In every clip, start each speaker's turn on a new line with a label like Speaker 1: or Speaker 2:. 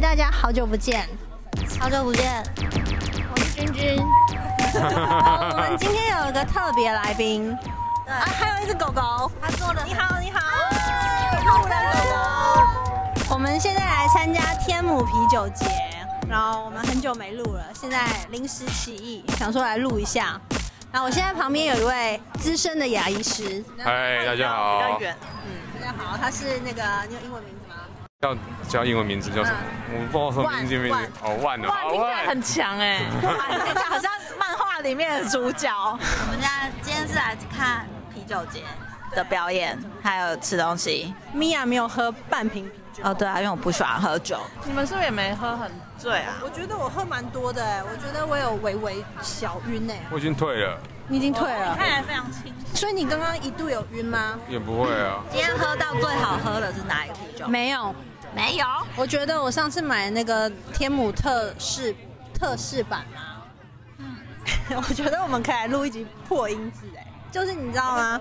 Speaker 1: 大家好久不见，
Speaker 2: 好久不见，
Speaker 3: 我是君君。
Speaker 1: 哦我们今天有一个特别来宾，
Speaker 2: 对，
Speaker 1: 啊，还有一只狗狗。
Speaker 2: 他做了，
Speaker 1: 你好，你好，
Speaker 2: 漂亮狗狗。
Speaker 1: 我们现在来参加天母啤酒节，然后我们很久没录了，现在临时起意想说来录一下。然后我现在旁边有一位资深的牙医师，
Speaker 4: 嗨，哎大家好。
Speaker 1: 大家好，他是那个你有英文名字吗？
Speaker 4: 叫叫英文名字叫什么？我不知道什么名字名字。哦， 万哦，好万。
Speaker 5: 强哎、
Speaker 4: 啊
Speaker 1: 啊好像漫画里面的主角。
Speaker 2: 我们家今天是来看啤酒节的表演，还有吃东西。
Speaker 1: 米娅没有喝半瓶啤酒，
Speaker 2: 哦，对啊，因为我不喜欢喝酒。
Speaker 5: 你们是不是也没喝很醉啊？
Speaker 1: 我觉得我喝蛮多的哎，我觉得我有微微小晕哎。
Speaker 4: 我已经退了，
Speaker 1: 你已经退了，
Speaker 2: 来非常清楚。
Speaker 1: 所以你刚刚一度有晕吗？
Speaker 4: 也不会啊。
Speaker 2: 今天喝到最好喝的是哪一个啤酒？
Speaker 1: 没有，
Speaker 2: 没有，
Speaker 1: 我觉得我上次买那个天母特仕特仕版啊，嗯， 我觉得我们可以来录一集破音字哎，就是你知道吗？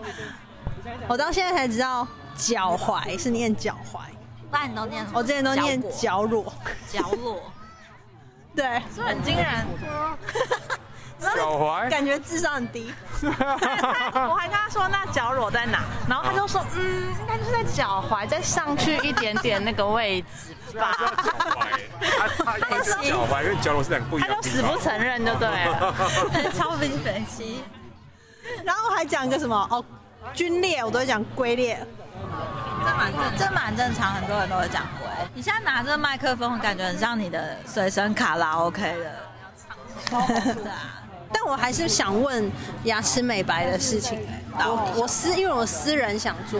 Speaker 1: 我到现在才知道脚踝是念脚踝，
Speaker 2: 不然你都念什么？
Speaker 1: 我之前都念
Speaker 2: 果
Speaker 1: 脚裸，
Speaker 2: 角落。
Speaker 1: 对，
Speaker 5: 是不是很惊人？
Speaker 4: 脚踝。
Speaker 1: 感觉智商很低。
Speaker 4: 啊
Speaker 5: 我还跟他说那脚裸在哪，然后他就说嗯，应该就是在脚踝，再上去一点点那个位置吧。
Speaker 4: 他他因为脚踝跟脚踝是两个不一
Speaker 5: 他
Speaker 4: 样的
Speaker 5: 就
Speaker 4: 地
Speaker 5: 死
Speaker 4: 方
Speaker 5: 不。承认就对了。
Speaker 2: 超平粉析，
Speaker 1: 然后我还讲一个什么哦，军裂，我都会讲龟裂，
Speaker 2: 这蛮正，这蛮正常，很多人都会讲过。哎你现在拿着麦克风，感觉很像你的随身卡拉 OK 的。 对啊，
Speaker 1: 但我还是想问牙齿美白的事情哎，我我私因为我私人想做，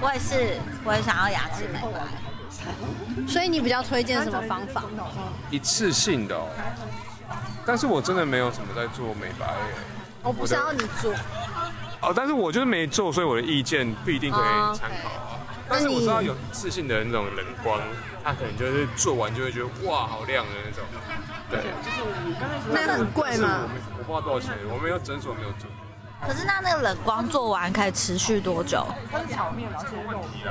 Speaker 2: 我也是，我也想要牙齿美白。
Speaker 1: 所以你比较推荐什么方法？
Speaker 4: 一次性的哦。但是我真的没有什么在做美白耶。
Speaker 1: 我不是要你做，
Speaker 4: 哦，但是我就是没做，所以我的意见不一定可以参考啊。但是我知道有一次性的那种冷光，他可能就是做完就会觉得哇，好亮的那种。对，
Speaker 1: 那很贵
Speaker 4: 我
Speaker 1: 吗？
Speaker 4: 们我不知道多少钱，我没有诊所没有做。
Speaker 2: 可是那那个冷光做完可以持续多久？
Speaker 4: 啊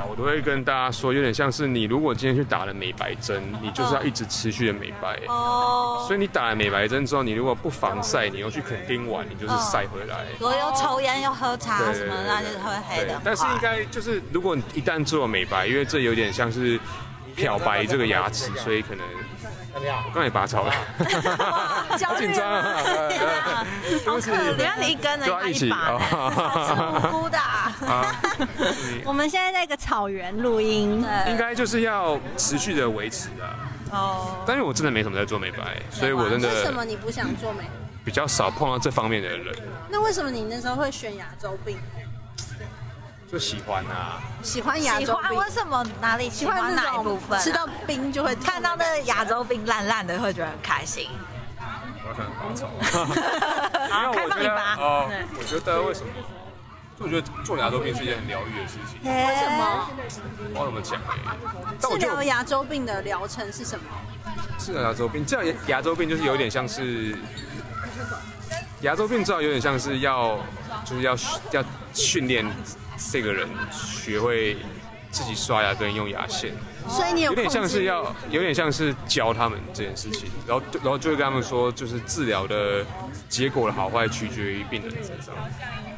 Speaker 4: 我都会跟大家说，有点像是你如果今天去打了美白针，你就是要一直持续的美白。
Speaker 2: 哦，
Speaker 4: 所以你打了美白针之后，你如果不防晒，你又去垦丁玩，你就是晒回来。
Speaker 2: 如果又哦抽烟又喝茶
Speaker 4: 对
Speaker 2: 啊什
Speaker 4: 对
Speaker 2: 么，那就是会黑的
Speaker 4: 对。但是应该就是，如果你一旦做了美白，因为这有点像是漂白这个牙齿，所以可能我刚才也拔 草了，好紧张啊！对不起，
Speaker 5: 你
Speaker 2: 啊
Speaker 5: 看你一根呢，
Speaker 4: 就要
Speaker 5: 他
Speaker 4: 一起哦
Speaker 5: 把呢。
Speaker 2: 是无
Speaker 4: 啊。
Speaker 2: 辜的啊。
Speaker 4: 啊就是
Speaker 1: 我们现在在一个草原录音，
Speaker 4: 应该就是要持续的维持啊。
Speaker 2: 哦，
Speaker 4: 但是我真的没什么在做美白，所以我真
Speaker 1: 为什
Speaker 4: 的
Speaker 1: 么你不想做美？
Speaker 4: 比较少碰到这方面的人，
Speaker 1: 那为什么你那时候会选牙周病？
Speaker 4: 就喜欢啊。
Speaker 1: 喜欢牙
Speaker 2: 喜
Speaker 1: 周
Speaker 2: 欢
Speaker 1: 病，
Speaker 2: 为什么哪里喜欢
Speaker 1: 这
Speaker 2: 哪一
Speaker 1: 种
Speaker 2: 部分啊？
Speaker 1: 吃到冰就会痛
Speaker 2: 看到那个亚洲饼烂烂的，会觉得很 开心。
Speaker 4: 我想拔 草。因为我觉
Speaker 5: 开放你
Speaker 4: 得
Speaker 5: 拔
Speaker 4: 哦，我觉得为什么？就我觉得做牙周病是一件很疗愈的事情，不
Speaker 1: 为什么？
Speaker 4: 知道怎么讲哎。但
Speaker 1: 治
Speaker 4: 我觉
Speaker 1: 疗
Speaker 4: 得
Speaker 1: 牙周病的疗程是什么？
Speaker 4: 治疗牙周病，治疗牙周病就是有点像是牙周病，治疗有点像是要就是要要训练这个人学会自己刷牙跟用牙线。
Speaker 1: 哦所以你有
Speaker 4: 有点
Speaker 1: 控制
Speaker 4: 像是
Speaker 1: 力
Speaker 4: 要，有点像是教他们这件事情，然后然后就会跟他们说，就是治疗的结果的好坏取决于病人身上。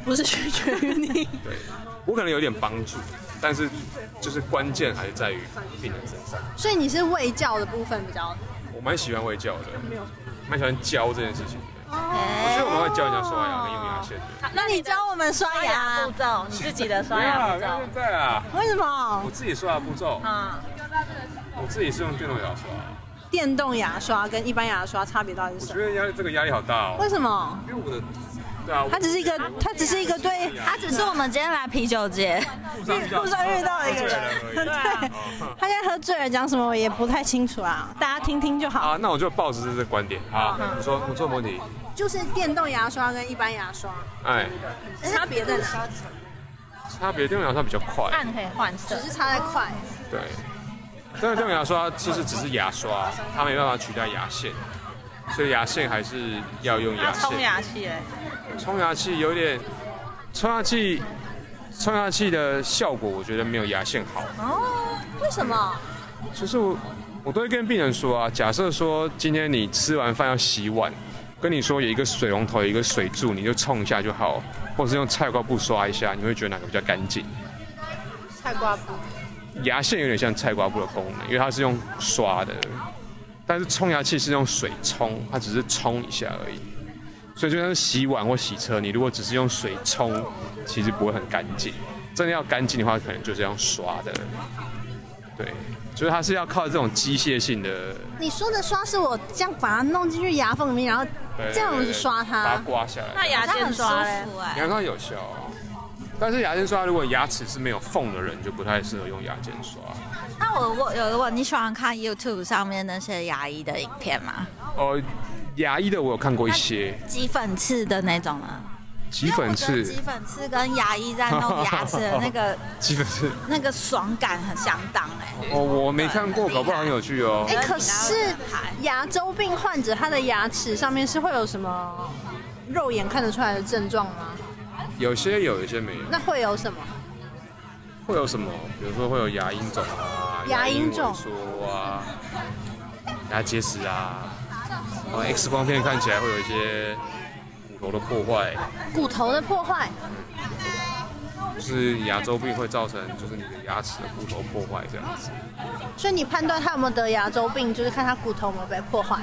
Speaker 1: 不是取决于你？
Speaker 4: 对我可能有点帮助，但是就是关键还是在于病人身上。
Speaker 1: 所以你是卫教的部分比较
Speaker 4: 我蛮喜欢会教的，蛮喜欢教这件事情的。
Speaker 2: 哎
Speaker 4: 所以我们会教人家刷牙跟用牙线的。
Speaker 1: 那你教我们刷
Speaker 5: 刷牙
Speaker 1: 牙
Speaker 5: 步，骤，你自己的
Speaker 4: 哎
Speaker 5: 刷牙步骤。
Speaker 4: 在啊，
Speaker 1: 为什么
Speaker 4: 我自己刷牙步骤，
Speaker 5: 啊，
Speaker 4: 我自己是用电动牙刷。
Speaker 1: 电动牙刷跟一般牙刷差别到底是
Speaker 4: 我
Speaker 1: 什
Speaker 4: 觉
Speaker 1: 么？
Speaker 4: 得压力这个压力好大哦，
Speaker 1: 为什么？
Speaker 4: 因为我的对啊，
Speaker 1: 它只是一个，它只是一个对
Speaker 2: 他只是我们今天来啤酒节，
Speaker 4: 啊
Speaker 1: 路上遇到一个人，
Speaker 4: 对啊
Speaker 1: 对，啊他现在喝醉了，讲什么我也不太清楚啊，大家听听就好。
Speaker 4: 啊，那我就抱着这个观点啊，
Speaker 1: 嗯
Speaker 4: 你说我做模拟，
Speaker 1: 就是电动牙刷跟一般牙刷
Speaker 4: 哎，
Speaker 1: 差别在哪？
Speaker 4: 差别电动牙刷比较快，
Speaker 5: 按可以换色
Speaker 1: 只。是差在快。
Speaker 4: 对，但是电动牙刷就是只是牙刷，它没办法取代牙线，所以牙线还是要用
Speaker 5: 他
Speaker 4: 牙
Speaker 5: 冲
Speaker 4: 线。
Speaker 5: 牙器哎，
Speaker 4: 冲牙器有点，冲牙器，冲牙器的效果我觉得没有牙线好，
Speaker 1: 为什么？
Speaker 4: 就是我我都会跟病人说啊，假设说今天你吃完饭要洗碗，跟你说有一个水龙头有一个水柱，你就冲一下就好，或是用菜瓜布刷一下，你会觉得哪个比较干净？
Speaker 5: 菜瓜布，
Speaker 4: 牙线有点像菜瓜布的功能，因为它是用刷的，但是冲牙器是用水冲，它只是冲一下而已。所以就像是洗碗或洗车，你如果只是用水冲，其实不会很干净。真的要干净的话，可能就是要用刷的。对，就是它是要靠这种机械性的，
Speaker 1: 你说的刷是我这样把它弄进去牙缝里面，然后
Speaker 4: 呃
Speaker 1: 这样子刷
Speaker 4: 把
Speaker 1: 它。
Speaker 4: 它刮下来。
Speaker 5: 那牙
Speaker 2: 好像
Speaker 5: 线
Speaker 2: 很舒
Speaker 5: 刷嘞？
Speaker 2: 服哎、
Speaker 4: 牙刷有效、啊，但是牙线刷如果牙齿是没有缝的人，就不太适合用牙线刷。
Speaker 2: 那我我有个问，你喜欢看 YouTube 上面那些牙医的影片吗？
Speaker 4: 哦，牙医的我有看过一些，
Speaker 2: 挤粉刺的那种呢？
Speaker 4: 挤粉
Speaker 2: 因为我觉得
Speaker 4: 刺
Speaker 2: 挤，粉刺跟牙医在弄牙齿的 那个
Speaker 4: 挤粉刺。
Speaker 2: 那个爽感很相当哎、
Speaker 4: 哦，我没看过，
Speaker 2: 很厉害
Speaker 4: 搞不好很有趣哦
Speaker 1: 哎、。
Speaker 2: 然后
Speaker 1: 可
Speaker 2: 你拿了
Speaker 1: 是牙周病患者他的牙齿上面是会有什么肉眼看得出来的症状吗？
Speaker 4: 有些有，有些没有。
Speaker 1: 那会有什么？
Speaker 4: 会有什么？比如说会有牙龈肿啊，
Speaker 1: 牙龈肿
Speaker 4: 说啊，牙结石啊，然后 X 光片看起来会有一些骨头的破坏，
Speaker 1: 骨头的破坏，
Speaker 4: 就是牙周病会造成就是你的牙齿的骨头破坏这样子。
Speaker 1: 所以你判断他有没有得牙周病，就是看他骨头有没有被破坏。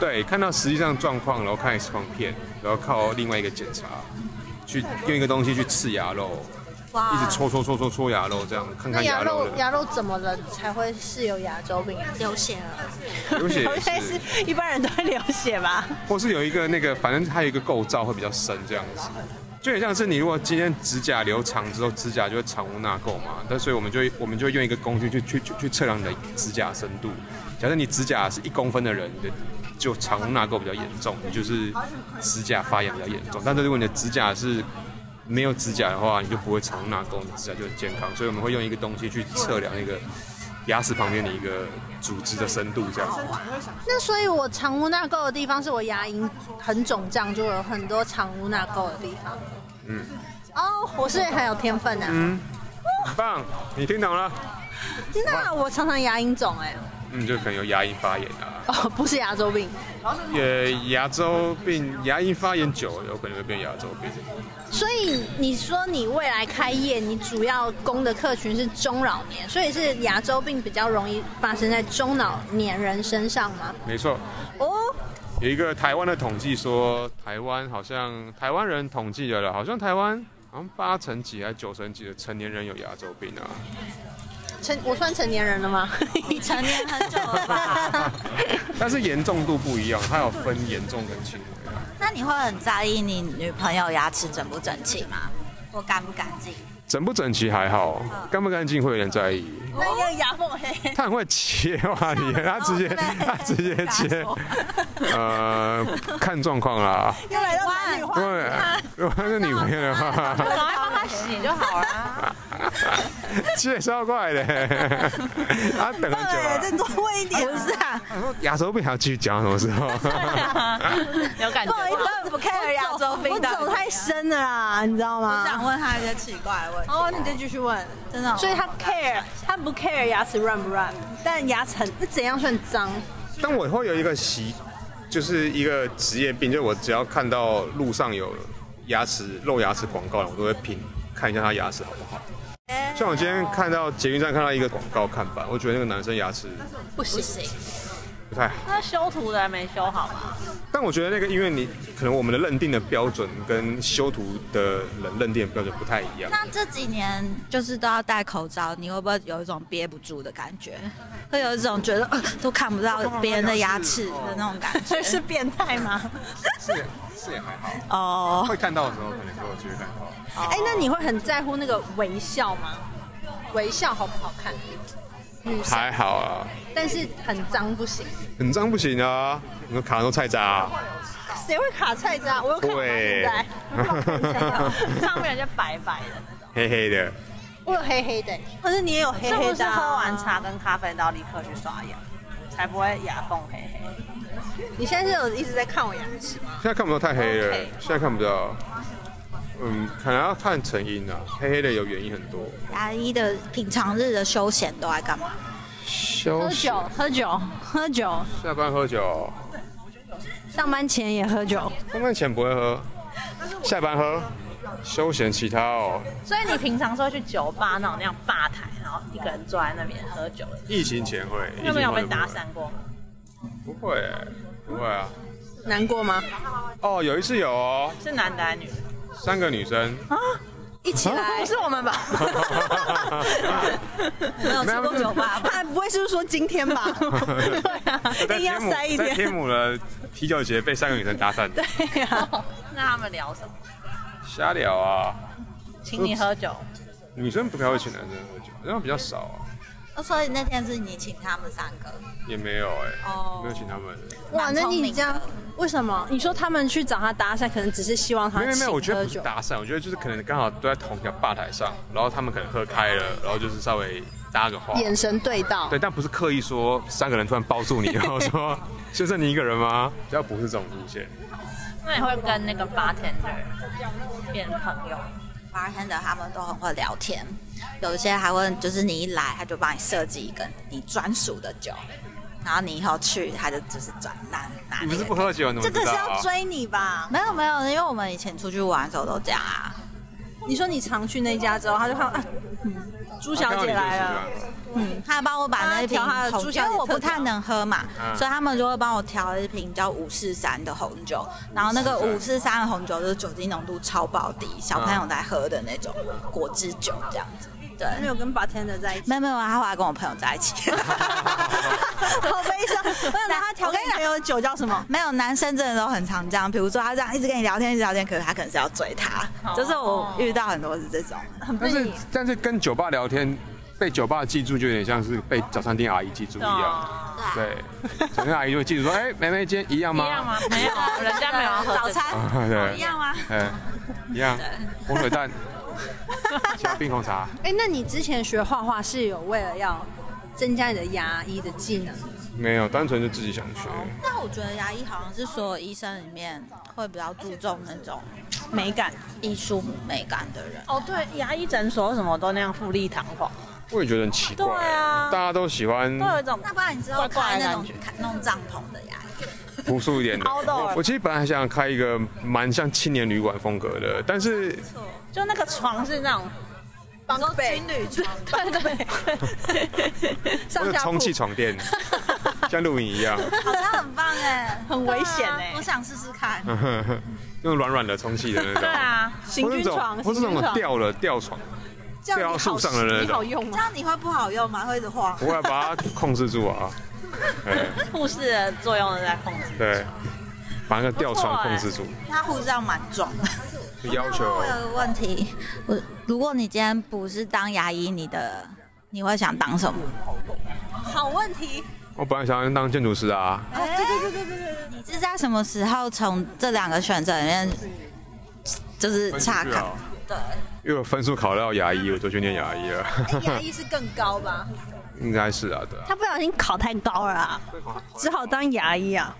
Speaker 4: 对，看到实际上状况，然后看 X 光片，然后靠另外一个检查，去用一个东西去刺牙肉，
Speaker 2: 哇
Speaker 4: 一直戳戳戳戳戳牙肉，这样看
Speaker 1: 啊那
Speaker 4: 看
Speaker 1: 牙
Speaker 4: 牙肉
Speaker 1: 肉
Speaker 4: 的
Speaker 1: 牙肉怎么了才会是有牙周病？啊
Speaker 2: 流血了，
Speaker 4: 流 血也
Speaker 5: 应该是
Speaker 4: 是，
Speaker 5: 一般人都会流血吧？
Speaker 4: 或是有一个那个，反正它有一个构造会比较深这样子，就很像是你如果今天指甲留长之后，指甲就会藏污纳垢嘛。那所以我们就会我们就会用一个工具去去去去测量你的指甲深度。假设你指甲是一公分的人，你的就藏污纳垢比较严重，你就是指甲发炎比较严重。但是如果你的指甲是没有指甲的话，你就不会藏污纳垢，你的指甲就很健康。所以我们会用一个东西去测量那个牙齿旁边的一个组织的深度，这样子。
Speaker 1: 那所以，我藏污纳垢的地方是我牙龈很肿胀，就有很多藏污纳垢的地方。
Speaker 4: 嗯
Speaker 1: 哦，我是很有天分的、啊。
Speaker 4: 嗯，很棒，你听懂了。
Speaker 1: 那我常常牙龈肿哎，
Speaker 4: 嗯，就可能有牙龈发炎啊，
Speaker 1: 哦， 不是牙周病，
Speaker 4: 也牙周病，牙龈发炎久了有可能会变牙周病。
Speaker 1: 所以你说你未来开业，你主要攻的客群是中老年，所以是牙周病比较容易发生在中老年人身上吗？
Speaker 4: 没错，
Speaker 1: 哦，
Speaker 4: 有一个台湾的统计说，台湾好像台湾人统计的了，好像台湾好像八成几还是九成几的成年人有牙周病啊。
Speaker 1: 成我算成年人了 吗？
Speaker 2: 你成年很久 了吧？
Speaker 4: 但是严重度不一样，它有分严重跟轻微啊。
Speaker 2: 那你会很在意你女朋友牙齿整不整齐吗？或干不干净？
Speaker 4: 整不整齐还好，干不干净会有点在意。
Speaker 2: 那个牙缝黑黑
Speaker 4: 他很会切哇，你他 直接他直接切，呃，看状况啦。
Speaker 1: 又来到男女
Speaker 4: 如果如果他是女朋友的话，
Speaker 5: 赶快帮他洗就好了。
Speaker 4: 切超 快的，他等很久了。
Speaker 1: 多问一点、不是啊，
Speaker 4: 我说牙周病还要继续讲到什 么时候？
Speaker 5: 有感觉
Speaker 2: 不好意思，我不 care 牙周病
Speaker 1: 我
Speaker 2: 到底怎
Speaker 1: 走
Speaker 2: 么样
Speaker 1: 太。深了啦，你知道
Speaker 2: 我
Speaker 1: 吗？
Speaker 2: 想问他一些奇怪的问题，
Speaker 1: 哦，你就继续问。
Speaker 2: 真的哦。
Speaker 1: 所以他 care，他不 care 牙齿乱不乱，但牙齿很那怎样算脏？
Speaker 4: 但我会有一个习，就是一个职业病，就是我只要看到路上有牙齿露牙齿广告了，我都会评看一下他牙齿好不好。像我今天看到捷运站看到一个广告看板，我觉得那个男生牙齿
Speaker 1: 不行，
Speaker 4: 不太好。
Speaker 5: 那修图的还没修好吗？
Speaker 4: 但我觉得那个，因为你可能我们的认定的标准跟修图的人认定的标准不太一 样。
Speaker 2: 那这几年就是都要戴口罩，你会不会有一种憋不住的感觉？会有一种觉得、呃都看不到别人的牙齿的那种感觉？
Speaker 5: 所以是变态吗？
Speaker 4: 是也是也还好，
Speaker 2: 哦，
Speaker 4: 会看到的时候可能会有觉得还好。
Speaker 1: 哎、那你会很在乎那个微笑吗？微笑好不好看？女生，
Speaker 4: 还好啊，
Speaker 1: 但是很脏不行。
Speaker 4: 很脏不行啊，你说卡都菜渣、啊，
Speaker 1: 谁会卡菜渣？我有卡吗？
Speaker 4: 对
Speaker 1: 现在
Speaker 5: 上面有些白白 的，
Speaker 4: 黑黑的，
Speaker 1: 我有黑黑的、或是你也有黑
Speaker 5: 是
Speaker 1: 黑
Speaker 5: 不是
Speaker 1: 的、
Speaker 5: 喝完，茶跟咖啡都要立刻去刷牙，才不会牙缝黑黑？
Speaker 1: 你现在是有一直在看我牙齿吗？
Speaker 4: 现在看不到太黑
Speaker 1: 哦
Speaker 4: 了
Speaker 5: OK
Speaker 4: 现在看不到。嗯，可能要看成因啊，黑黑的有原因很多。
Speaker 2: 牙医的平常日的休闲都在干嘛？
Speaker 4: 休
Speaker 1: 喝
Speaker 4: 息
Speaker 1: 酒，哦喝酒，喝酒，
Speaker 4: 下班喝酒，
Speaker 1: 上班前也喝酒，
Speaker 4: 上班前不会喝，下班喝，休闲乞讨。
Speaker 5: 所以你平常是会去酒吧那种那样吧台，然后一个人坐在那边喝 酒的，
Speaker 4: 疫情前会，疫
Speaker 5: 有
Speaker 4: 情
Speaker 5: 没有
Speaker 4: 后
Speaker 5: 被
Speaker 4: 就不
Speaker 5: 搭
Speaker 4: 会
Speaker 5: 讪过？
Speaker 4: 不会，不会啊。
Speaker 1: 难过吗？
Speaker 4: 哦，有一次有哦，
Speaker 5: 是男的还是女的？
Speaker 4: 三个女生，
Speaker 1: 啊一起来
Speaker 5: 不，是我们吧？
Speaker 2: 我没有去过酒吧吧？
Speaker 1: 他哎不会是不是说今天 吧？对啊
Speaker 4: 在
Speaker 1: 一定要
Speaker 4: 天
Speaker 1: 塞一点。
Speaker 4: 母在天母的啤酒节被三个女生搭讪，
Speaker 1: 对呀，
Speaker 5: 那他们聊什么？
Speaker 4: 瞎聊啊。
Speaker 5: 请你喝酒，
Speaker 4: 女生不太会请男生喝酒，然后比较少啊，
Speaker 2: 哦所以那天是你请他们三个
Speaker 4: 也没有哎、
Speaker 2: 哦
Speaker 4: 没有请他们。
Speaker 1: 哇，那你这样
Speaker 2: 蛮聪
Speaker 1: 为什么？你说他们去找他搭讪，可能只是希望他
Speaker 4: 没有没有，我觉
Speaker 1: 请
Speaker 4: 得
Speaker 1: 喝
Speaker 4: 不是
Speaker 1: 酒。
Speaker 4: 搭讪，我觉得就是可能刚好都在同一个吧台上，然后他们可能喝开了，然后就是稍微搭个话。
Speaker 1: 眼神对到，
Speaker 4: 对，但不是刻意说三个人突然抱住你，然后 说“先生你一个人吗？”比较不是这种路线。
Speaker 5: 那你会跟那个 bartender 变朋友？
Speaker 2: bartender，他们都很会聊天，有一些还会就是你一来他就帮你设计一个你专属的酒，然后你以后去他就就是转拿拿
Speaker 4: 你
Speaker 2: 那
Speaker 4: 不是
Speaker 2: 个
Speaker 4: 不喝酒，你
Speaker 1: 这
Speaker 4: 怎么
Speaker 1: 个
Speaker 4: 知
Speaker 1: 是
Speaker 4: 道
Speaker 1: 要
Speaker 4: 啊？
Speaker 1: 追你吧？
Speaker 2: 没有没有，因为我们以前出去玩的时候都这样啊。
Speaker 1: 你说你常去那家之后，他就看啊，嗯，朱小姐来
Speaker 4: 看到
Speaker 1: 了
Speaker 4: 你，就喜欢
Speaker 2: 嗯，他还帮我把那一瓶
Speaker 1: 他调他的
Speaker 2: 红
Speaker 1: 猪小
Speaker 2: 因
Speaker 1: 姐
Speaker 2: 为我不太能喝嘛，
Speaker 4: 嗯
Speaker 2: 所以他们就会帮我调一瓶叫五四三的红酒，然后那个五四三的红酒就是酒精浓度超爆低，小朋友在喝的那种果汁酒这样子。对，
Speaker 1: 没有跟 bartender 在一起，
Speaker 2: 没有没有，他后来跟我朋友在一 起。
Speaker 1: 好悲伤。我想他调
Speaker 2: 我
Speaker 1: 给
Speaker 2: 跟你
Speaker 1: 你
Speaker 2: 讲
Speaker 1: 朋友的酒叫什么？
Speaker 2: 没有，男生真的都很常这样，比如说他这样一直跟你聊天，一直聊天，可是他可能是要追他，就是我遇到很多是这种。
Speaker 4: 但是但是跟酒吧聊天，被酒吧记住就有点像是被早餐店阿姨记住一样。
Speaker 1: 啊
Speaker 4: 对，早餐店阿姨就会记住说：“哎、妹妹今天一样
Speaker 5: 一
Speaker 4: 吗？”
Speaker 5: 样吗？没有，啊人家没有要喝
Speaker 2: 早
Speaker 5: 这个。
Speaker 2: 餐
Speaker 4: 啊对
Speaker 2: 一样吗？
Speaker 4: 嗯，一样，火腿蛋，加冰红茶。
Speaker 1: 哎，那你之前学画画是有为了要增加你的牙医的技能？
Speaker 4: 没有，单纯就自己想学。
Speaker 2: 那我觉得牙医好像是所有医生里面会比较注重那种
Speaker 1: 美感，
Speaker 2: 艺术美感的人。
Speaker 5: 哦，对，牙医诊所什么都那样富丽堂皇，
Speaker 4: 我也觉得很奇怪，
Speaker 5: 对啊
Speaker 4: 大家都喜欢
Speaker 5: 都有一种
Speaker 2: 那不然你之后
Speaker 5: 怪怪
Speaker 2: 开
Speaker 5: 的
Speaker 2: 那种
Speaker 5: 感觉
Speaker 2: 开弄帐篷的牙医，
Speaker 4: 朴素一点的
Speaker 5: 凹豆儿。
Speaker 4: 我其实本来还想开一个蛮像青年旅馆风格的，但是
Speaker 5: 就那个床是那种
Speaker 2: 你说情侣床，
Speaker 5: 对
Speaker 4: 我
Speaker 5: 对对，上
Speaker 4: 有
Speaker 5: 下铺
Speaker 4: 充气床垫，像露营一样，
Speaker 2: 好像很棒哎，
Speaker 5: 很危险
Speaker 2: 对啊
Speaker 5: 哎
Speaker 2: 我。想试试看。
Speaker 4: 用软软的充气的那种。
Speaker 5: 对啊，
Speaker 1: 行
Speaker 4: 或是
Speaker 1: 军
Speaker 4: 那种
Speaker 1: 床，
Speaker 4: 或是
Speaker 1: 行
Speaker 4: 那
Speaker 1: 军
Speaker 4: 种
Speaker 1: 床，
Speaker 4: 吊了吊床，
Speaker 1: 这样你
Speaker 4: 吊到树上的
Speaker 1: 好
Speaker 4: 那
Speaker 1: 你好
Speaker 4: 种，
Speaker 1: 用
Speaker 2: 这
Speaker 1: 吗？
Speaker 2: 样你会不好用吗？会一直晃
Speaker 4: 我？会把它控制住啊。对
Speaker 5: 护士的作用都在控制。
Speaker 4: 对，把那个吊床
Speaker 5: 不错
Speaker 4: 控
Speaker 5: 欸
Speaker 4: 制住，
Speaker 2: 他护士要蛮壮的。
Speaker 4: 要求
Speaker 2: 我有个问题，我如果你今天不是当牙医，你的你会想当什么？
Speaker 1: 好问题，
Speaker 4: 我本来想要当建筑师啊，
Speaker 2: 哎，对对对对对你是在什么时候从这两个选择里面，就是岔开？对，
Speaker 4: 因为我分数考到牙医，我就去念牙医 了。
Speaker 1: 哎医是更高吧？
Speaker 4: 应该是啊，对啊。
Speaker 1: 他不小心考太高了啊，
Speaker 4: 哎
Speaker 1: 只好当牙医啊。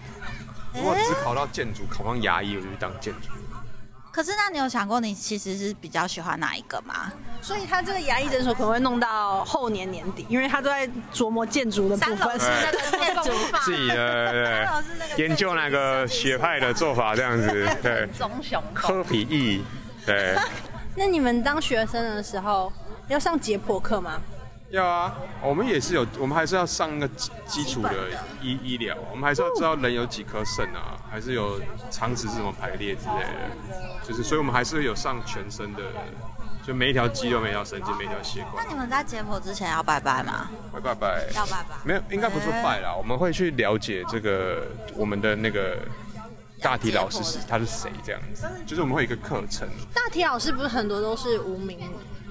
Speaker 4: 如果只考到建筑，考上牙医，我就去当建筑。
Speaker 2: 可是那你有想过你其实是比较喜欢哪一个吗？
Speaker 1: 所以他这个牙医诊所可能会弄到后年年底，因为他都在琢磨建筑的部分。
Speaker 2: 建筑法
Speaker 4: 自己 的
Speaker 2: 是那个
Speaker 4: 对研究那个学派的做法，这样子，对，
Speaker 5: 棕熊狗
Speaker 4: 科比意，对，
Speaker 1: 那你们当学生的时候要上解剖课吗？
Speaker 4: 要啊，我们也是有，我们还是要上那个基基础的医医疗，我们还是要知道人有几颗肾啊，还是有肠子是怎么排列之类的，就是，所以我们还是有上全身的，就每一条肌肉、每一条神经、每一条血
Speaker 2: 那
Speaker 4: 管。
Speaker 2: 你们在解剖之前要拜拜吗？
Speaker 4: 拜拜拜。
Speaker 2: 要拜拜？
Speaker 4: 没有，应该不是拜啦，我们会去了解这个我们的那个大体老师是他是谁这样子，就是我们会有一个课程。
Speaker 1: 大体老师不是很多都是无名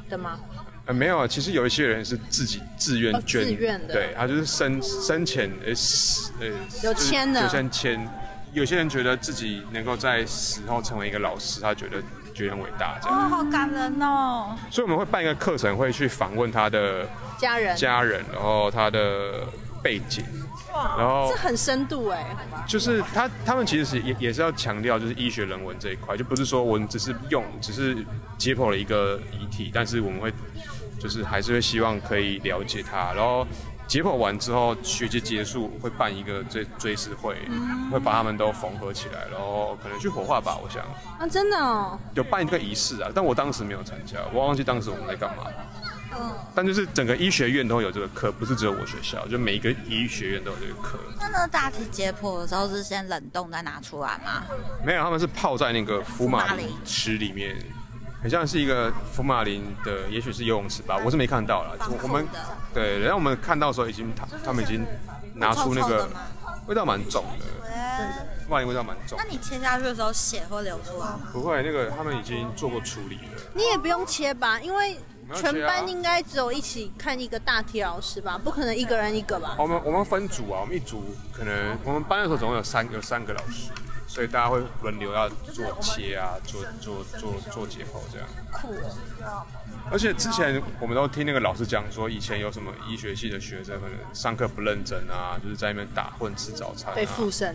Speaker 1: 的吗？
Speaker 4: 呃，没有啊，其实有一些人是自己自愿
Speaker 1: 哦
Speaker 4: 捐，
Speaker 1: 自愿的
Speaker 4: 对他就是生生前呃死呃
Speaker 1: 有
Speaker 4: 就是
Speaker 1: 签的
Speaker 4: 有些人签，有些人觉得自己能够在死后成为一个老师，他觉得觉得很伟大这样，
Speaker 2: 哦，好感人哦！
Speaker 4: 所以我们会办一个课程，会去访问他的
Speaker 1: 家人，
Speaker 4: 家人，然后他的背景，然后
Speaker 1: 这很深度哎、
Speaker 4: 就是他他们其实是也也是要强调就是医学人文这一块，就不是说我们只是用只是解剖了一个遗体，但是我们会就是还是会希望可以了解它，然后解剖完之后，学期结束会办一个追追思会，会把他们都缝合起来，然后可能去火化吧，我想
Speaker 1: 啊，真的哦，
Speaker 4: 有办一个仪式啊，但我当时没有参加，我忘记当时我们在干嘛。但就是整个医学院都有这个课，不是只有我学校，就每一个医学院都有这个课。
Speaker 2: 那那大体解剖的时候是先冷冻再拿出来吗？
Speaker 4: 没有，他们是泡在那个福马林池里面，很像是一个福马林的，也许是游泳池吧，我是没看到啦。
Speaker 2: 防
Speaker 4: 我
Speaker 2: 控
Speaker 4: 我们
Speaker 2: 嗯的
Speaker 4: 对，然后我们看到的时候已经他他们已经拿出那
Speaker 2: 臭臭
Speaker 4: 个
Speaker 2: 的吗
Speaker 4: 味道蛮重的，福马林味道蛮重
Speaker 2: 那
Speaker 4: 的。
Speaker 2: 你切下去的时候血会流出来吗？
Speaker 4: 不会，那个他们已经做过处理了。
Speaker 1: 你也不用切吧，因为
Speaker 4: 没有切啊
Speaker 1: 全班应该只有一起看一个大体老师吧，不可能一个人一个吧。
Speaker 4: 我们我们分组啊，我们一组可能我们班的时候总共有三有三个老师，所以大家会轮流要做切啊，做做做做解剖这样。
Speaker 1: 酷哦，
Speaker 4: 而且之前我们都听那个老师讲说，以前有什么医学系的学生可能上课不认真啊，就是在那边打混吃早餐、啊，
Speaker 1: 被附身，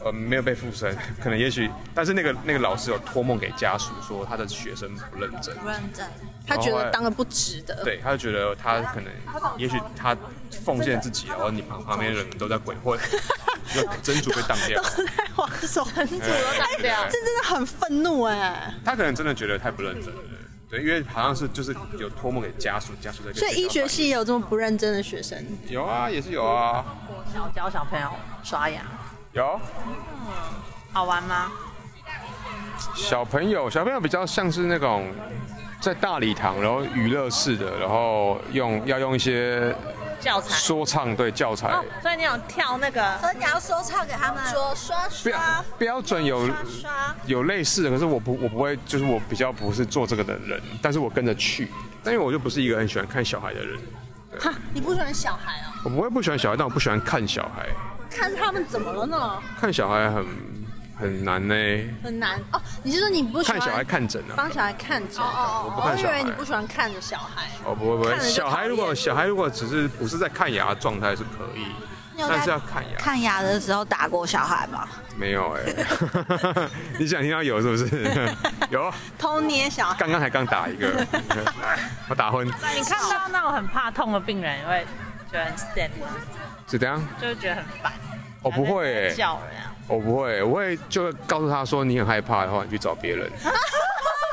Speaker 4: 呃没有被附身，可能也许，但是那个那个老师有托梦给家属说他的学生不认真，
Speaker 2: 不认真，
Speaker 1: 他觉得当的不值得。
Speaker 4: 对，他就觉得他可能，也许他奉献自己，然后你旁旁边的人都在鬼 混，就真主被当掉，
Speaker 1: 太黄手，很主
Speaker 4: 都挡掉
Speaker 1: 这真的很愤怒哎！
Speaker 4: 他可能真的觉得太不认真了，对，因为好像是就是有托梦给家属，家属在跟
Speaker 1: 所以医学系也有这么不认真的学生，
Speaker 4: 有啊，也是有啊，
Speaker 5: 小教小朋友刷牙，
Speaker 4: 有
Speaker 5: 好玩吗？
Speaker 4: 小朋友，小朋友比较像是那种在大礼堂，然后娱乐式的，然后用要用一些
Speaker 5: 教材
Speaker 4: 说唱对教材。
Speaker 5: 哦，所以你有跳那个
Speaker 2: 所以你要说唱给他们。
Speaker 1: 说刷
Speaker 4: 标
Speaker 1: 刷
Speaker 4: 标准有
Speaker 5: 刷刷，
Speaker 4: 有类似的，可是我不我不会，就是我比较不是做这个的人，但是我跟着去，但因为我就不是一个很喜欢看小孩的人，
Speaker 1: 哈，你不喜欢小孩哦？
Speaker 4: 我不会不喜欢小孩，但我不喜欢看小孩，
Speaker 1: 看他们怎么了呢？
Speaker 4: 看小孩很很难呢、
Speaker 1: 很难哦。你是说你不喜欢
Speaker 4: 看小孩看诊啊，
Speaker 1: 帮小孩看着？
Speaker 4: 我
Speaker 1: 哦
Speaker 4: 不看
Speaker 1: 我以
Speaker 4: 小孩
Speaker 1: 为你不喜欢看着小孩。
Speaker 4: 哦不会不会
Speaker 1: 看，了就
Speaker 4: 小孩如
Speaker 1: 讨
Speaker 4: 果
Speaker 1: 厌
Speaker 4: 小孩如果只是不是在看牙的状态是可以，
Speaker 2: 有
Speaker 4: 但是
Speaker 2: 在
Speaker 4: 要看牙
Speaker 2: 看牙的时候打过小孩吗？
Speaker 4: 没有 哎、你想听到有是不是？有，
Speaker 1: 偷捏小孩，
Speaker 4: 刚刚才刚打 一个，我打昏，
Speaker 5: 你看到那种很怕痛的病人，你会觉得很 stand 吗？
Speaker 4: 是怎样？
Speaker 5: 就会觉得很烦。
Speaker 4: 我不会、欸，
Speaker 5: 叫人啊，
Speaker 4: 我不会，我会就会告诉他说你很害怕的话，你去找 别人。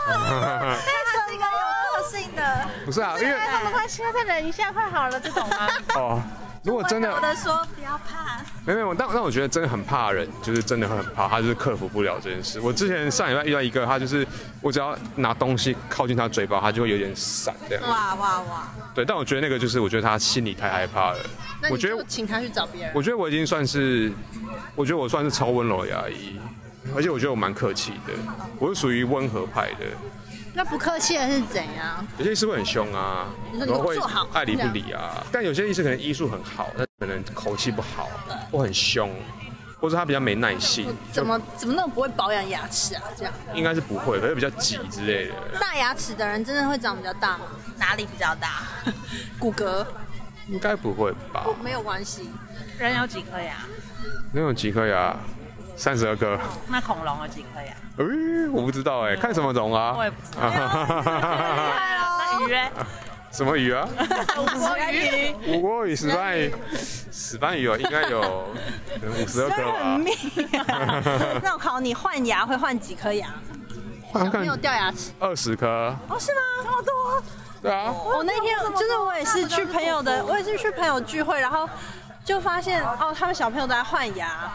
Speaker 2: 他是一个有个性的。
Speaker 4: 不是啊， 因为
Speaker 5: 没关系，再忍一下，快好了，这种吗？
Speaker 4: 哦，如果真的
Speaker 2: 我的说不要怕，
Speaker 4: 没有没有，但但我觉得真的很怕人，就是真的很怕，他就是克服不了这件事。我之前上礼拜遇到一个，他就是我只要拿东西靠近他嘴巴，他就会有点闪这样。
Speaker 2: 哇哇哇！
Speaker 4: 对，但我觉得那个就是我觉得他心里太害怕了。
Speaker 1: 那
Speaker 4: 我
Speaker 1: 你
Speaker 4: 觉得
Speaker 1: 就请他去找别人。
Speaker 4: 我觉得我已经算是，我觉得我算是超温柔的牙医，而且我觉得我蛮客气的，我是属于温和派的。
Speaker 1: 那不客气的是怎样？
Speaker 4: 有些医师会很凶啊，
Speaker 1: 你说
Speaker 4: 然
Speaker 1: 你给
Speaker 4: 后
Speaker 1: 我
Speaker 4: 会
Speaker 1: 做好
Speaker 4: 爱理不理啊。但有些医师可能医术很好，但可能口气不好，或很凶，或者他比较没耐性，
Speaker 1: 嗯怎么怎么那么不会保养牙齿啊？这样
Speaker 4: 应该是不会，可是比较急之类的。
Speaker 1: 大牙齿的人真的会长比较大吗？
Speaker 2: 哪里比较大？
Speaker 1: 骨骼
Speaker 4: 应该不会吧？
Speaker 1: 没有关 系，
Speaker 5: 人有几颗牙？
Speaker 4: 那种几颗牙？啊三十二颗？
Speaker 5: 那恐龙有几颗牙？
Speaker 4: 诶、我不知道哎、
Speaker 1: 嗯
Speaker 4: 看什么龙啊？
Speaker 5: 我也不知道
Speaker 4: 道。
Speaker 1: 哎
Speaker 5: 那鱼嘞？
Speaker 4: 什么鱼啊？
Speaker 5: 鱼
Speaker 4: 五国语、石斑鱼、石斑鱼哦，应该 有五十二颗吧。
Speaker 1: 命啊。 那我考你，换牙会换几颗牙？
Speaker 4: 看
Speaker 1: 啊 没有
Speaker 4: 看
Speaker 1: 掉牙齿
Speaker 4: 二十颗，
Speaker 1: 哦？是吗？这么多？
Speaker 4: 对啊，
Speaker 1: 我那天就是我也是去朋友的，我也是去朋友聚会，然后就发现哦，他们小朋友都在换牙，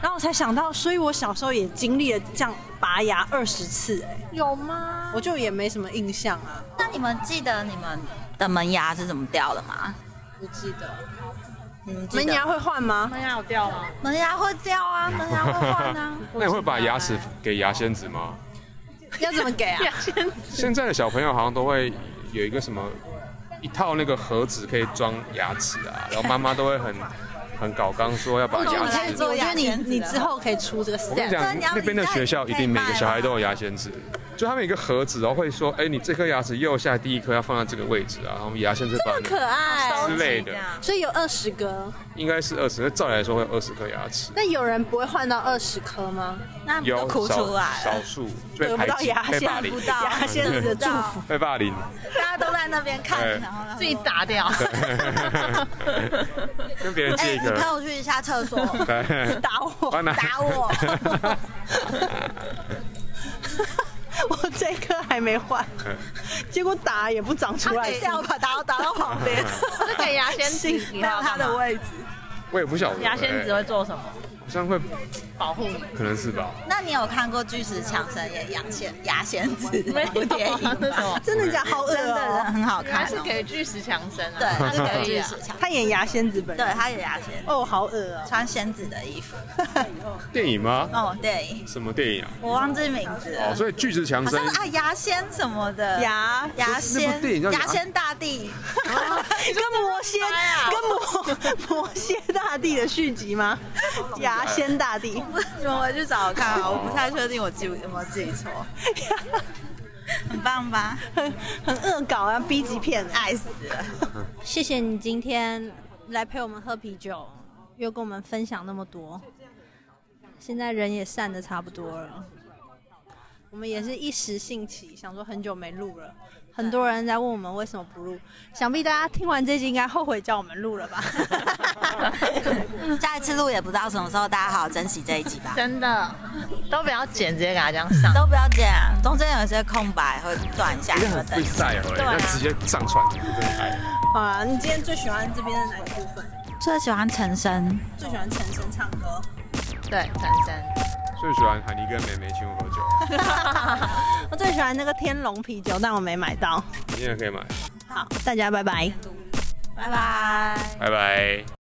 Speaker 1: 然后我才想到，所以我小时候也经历了这样拔牙二十次、哎，
Speaker 3: 有吗？
Speaker 1: 我就也没什么印象啊，
Speaker 2: 那你们记得你们的门牙是怎么掉的吗？
Speaker 1: 不记得。
Speaker 2: 你们记得
Speaker 1: 门牙会换吗？
Speaker 5: 门牙有掉吗？
Speaker 2: 门牙会掉啊，门牙会换啊。
Speaker 4: 那你会把牙齿给牙仙子吗？
Speaker 1: 要怎么给 啊？
Speaker 4: 现在的小朋友好像都会有一个什么一套那个盒子可以装牙齿啊，然后妈妈都会很 很搞刚说要把
Speaker 1: 我觉得
Speaker 4: 牙
Speaker 1: 你可以
Speaker 4: 齿。
Speaker 1: 做，我觉得你
Speaker 2: 牙签子
Speaker 1: 你之后可以出这个
Speaker 4: 我跟你
Speaker 1: step。
Speaker 4: 讲，那边的学校一定每个小孩都有牙仙子，就他们有一个盒子，然后会说，哎、你这颗牙齿右下第一颗要放在这个位置啊，然后我们牙线这
Speaker 1: 这么可爱，
Speaker 4: 之类的
Speaker 5: 这，样
Speaker 1: 所以有二十个。
Speaker 4: 应该是二十，那照理来说会有二十颗牙齿，
Speaker 1: 那有人不会换到二十颗吗？
Speaker 2: 那不
Speaker 4: 有
Speaker 2: 都哭出来
Speaker 4: 少
Speaker 2: 了
Speaker 4: 少，数被排
Speaker 5: 到
Speaker 4: 挤
Speaker 5: 牙
Speaker 4: 被
Speaker 5: 线
Speaker 4: 霸凌
Speaker 2: 不，到
Speaker 1: 牙仙子 的祝福，
Speaker 4: 被霸凌。
Speaker 2: 大家都在那边
Speaker 4: 对
Speaker 2: 看，然后他说
Speaker 5: 自己打 掉。
Speaker 4: 跟别人
Speaker 2: 哎、
Speaker 4: 借一
Speaker 2: 你陪
Speaker 4: 个，
Speaker 2: 我去一下厕所，
Speaker 1: 哎
Speaker 4: 对
Speaker 2: 打我，
Speaker 4: 帮拿
Speaker 2: 打我，
Speaker 1: 我这一颗还没换， 结果打也不长出来。
Speaker 2: 掉吧，打我，打到旁 边，
Speaker 5: 这给牙仙子
Speaker 2: 没有他的 位置。
Speaker 4: 我也不晓得。
Speaker 5: 牙仙子
Speaker 4: 哎
Speaker 5: 会做什么？
Speaker 4: 好像会，
Speaker 5: 保护你？
Speaker 4: 可能是吧。
Speaker 2: 那你有看过《巨石强森》演牙仙牙仙子
Speaker 5: 没有
Speaker 2: 那部电影
Speaker 5: 那什么
Speaker 2: 吗？
Speaker 1: 真的假？好恶
Speaker 2: 真的
Speaker 1: 哦！
Speaker 2: 很好
Speaker 5: 他
Speaker 2: 看、
Speaker 5: 是
Speaker 2: 哦，
Speaker 5: 给巨石强森啊。
Speaker 2: 对，他是给
Speaker 5: 可以
Speaker 2: 巨
Speaker 5: 啊
Speaker 2: 石强，
Speaker 1: 他演牙仙子本人。
Speaker 2: 对，他演牙仙，
Speaker 1: 哦，好恶哦。
Speaker 2: 穿仙子的衣服。
Speaker 4: 电影吗？
Speaker 2: 哦，电影
Speaker 4: 什么电影啊？
Speaker 2: 我忘记名字了，
Speaker 4: 哦，所以巨石强
Speaker 2: 好
Speaker 4: 森
Speaker 2: 像是啊牙仙什么的
Speaker 1: 牙
Speaker 2: 牙
Speaker 4: 那部电影
Speaker 2: 仙
Speaker 4: 叫牙啊
Speaker 2: 牙仙大帝，
Speaker 1: 跟魔仙跟魔魔仙大帝的续集吗？牙仙大帝，
Speaker 2: 你们回去找我
Speaker 5: 哦
Speaker 2: 看啊，我不太确定我记有没有记错，很棒吧？
Speaker 1: 很很恶搞啊，B 级片啊。
Speaker 2: 爱死了！
Speaker 1: 谢谢你今天来陪我们喝啤酒，又跟我们分享那么多。现在人也散的差不多了，我们也是一时兴起，想说很久没录了，很多人在问我们为什么不录，想必大家听完这集应该后悔叫我们录了吧？
Speaker 2: 下一次录也不知道什么时候，大家好好珍惜这一集 吧，
Speaker 5: 真的都不要剪，直接给他这样上。
Speaker 2: 都不要剪，啊中间有一些空白会断一下，
Speaker 4: 一
Speaker 2: 你
Speaker 4: 定很
Speaker 2: 们等
Speaker 4: 会
Speaker 2: 一下。
Speaker 4: 赛哦，
Speaker 2: 啊
Speaker 4: 那直接上传，真的哎
Speaker 1: 好啊，你今天最喜欢这边的哪个部分？
Speaker 2: 最喜欢陈升，
Speaker 1: 最喜欢陈升唱歌。
Speaker 5: 对，陈升。
Speaker 4: 最喜欢海尼跟美美请我喝酒，
Speaker 1: 我最喜欢那个天龙啤酒，但我没买到。
Speaker 4: 你也可以买，
Speaker 1: 好，大家拜拜。
Speaker 2: 拜拜。
Speaker 4: 拜拜。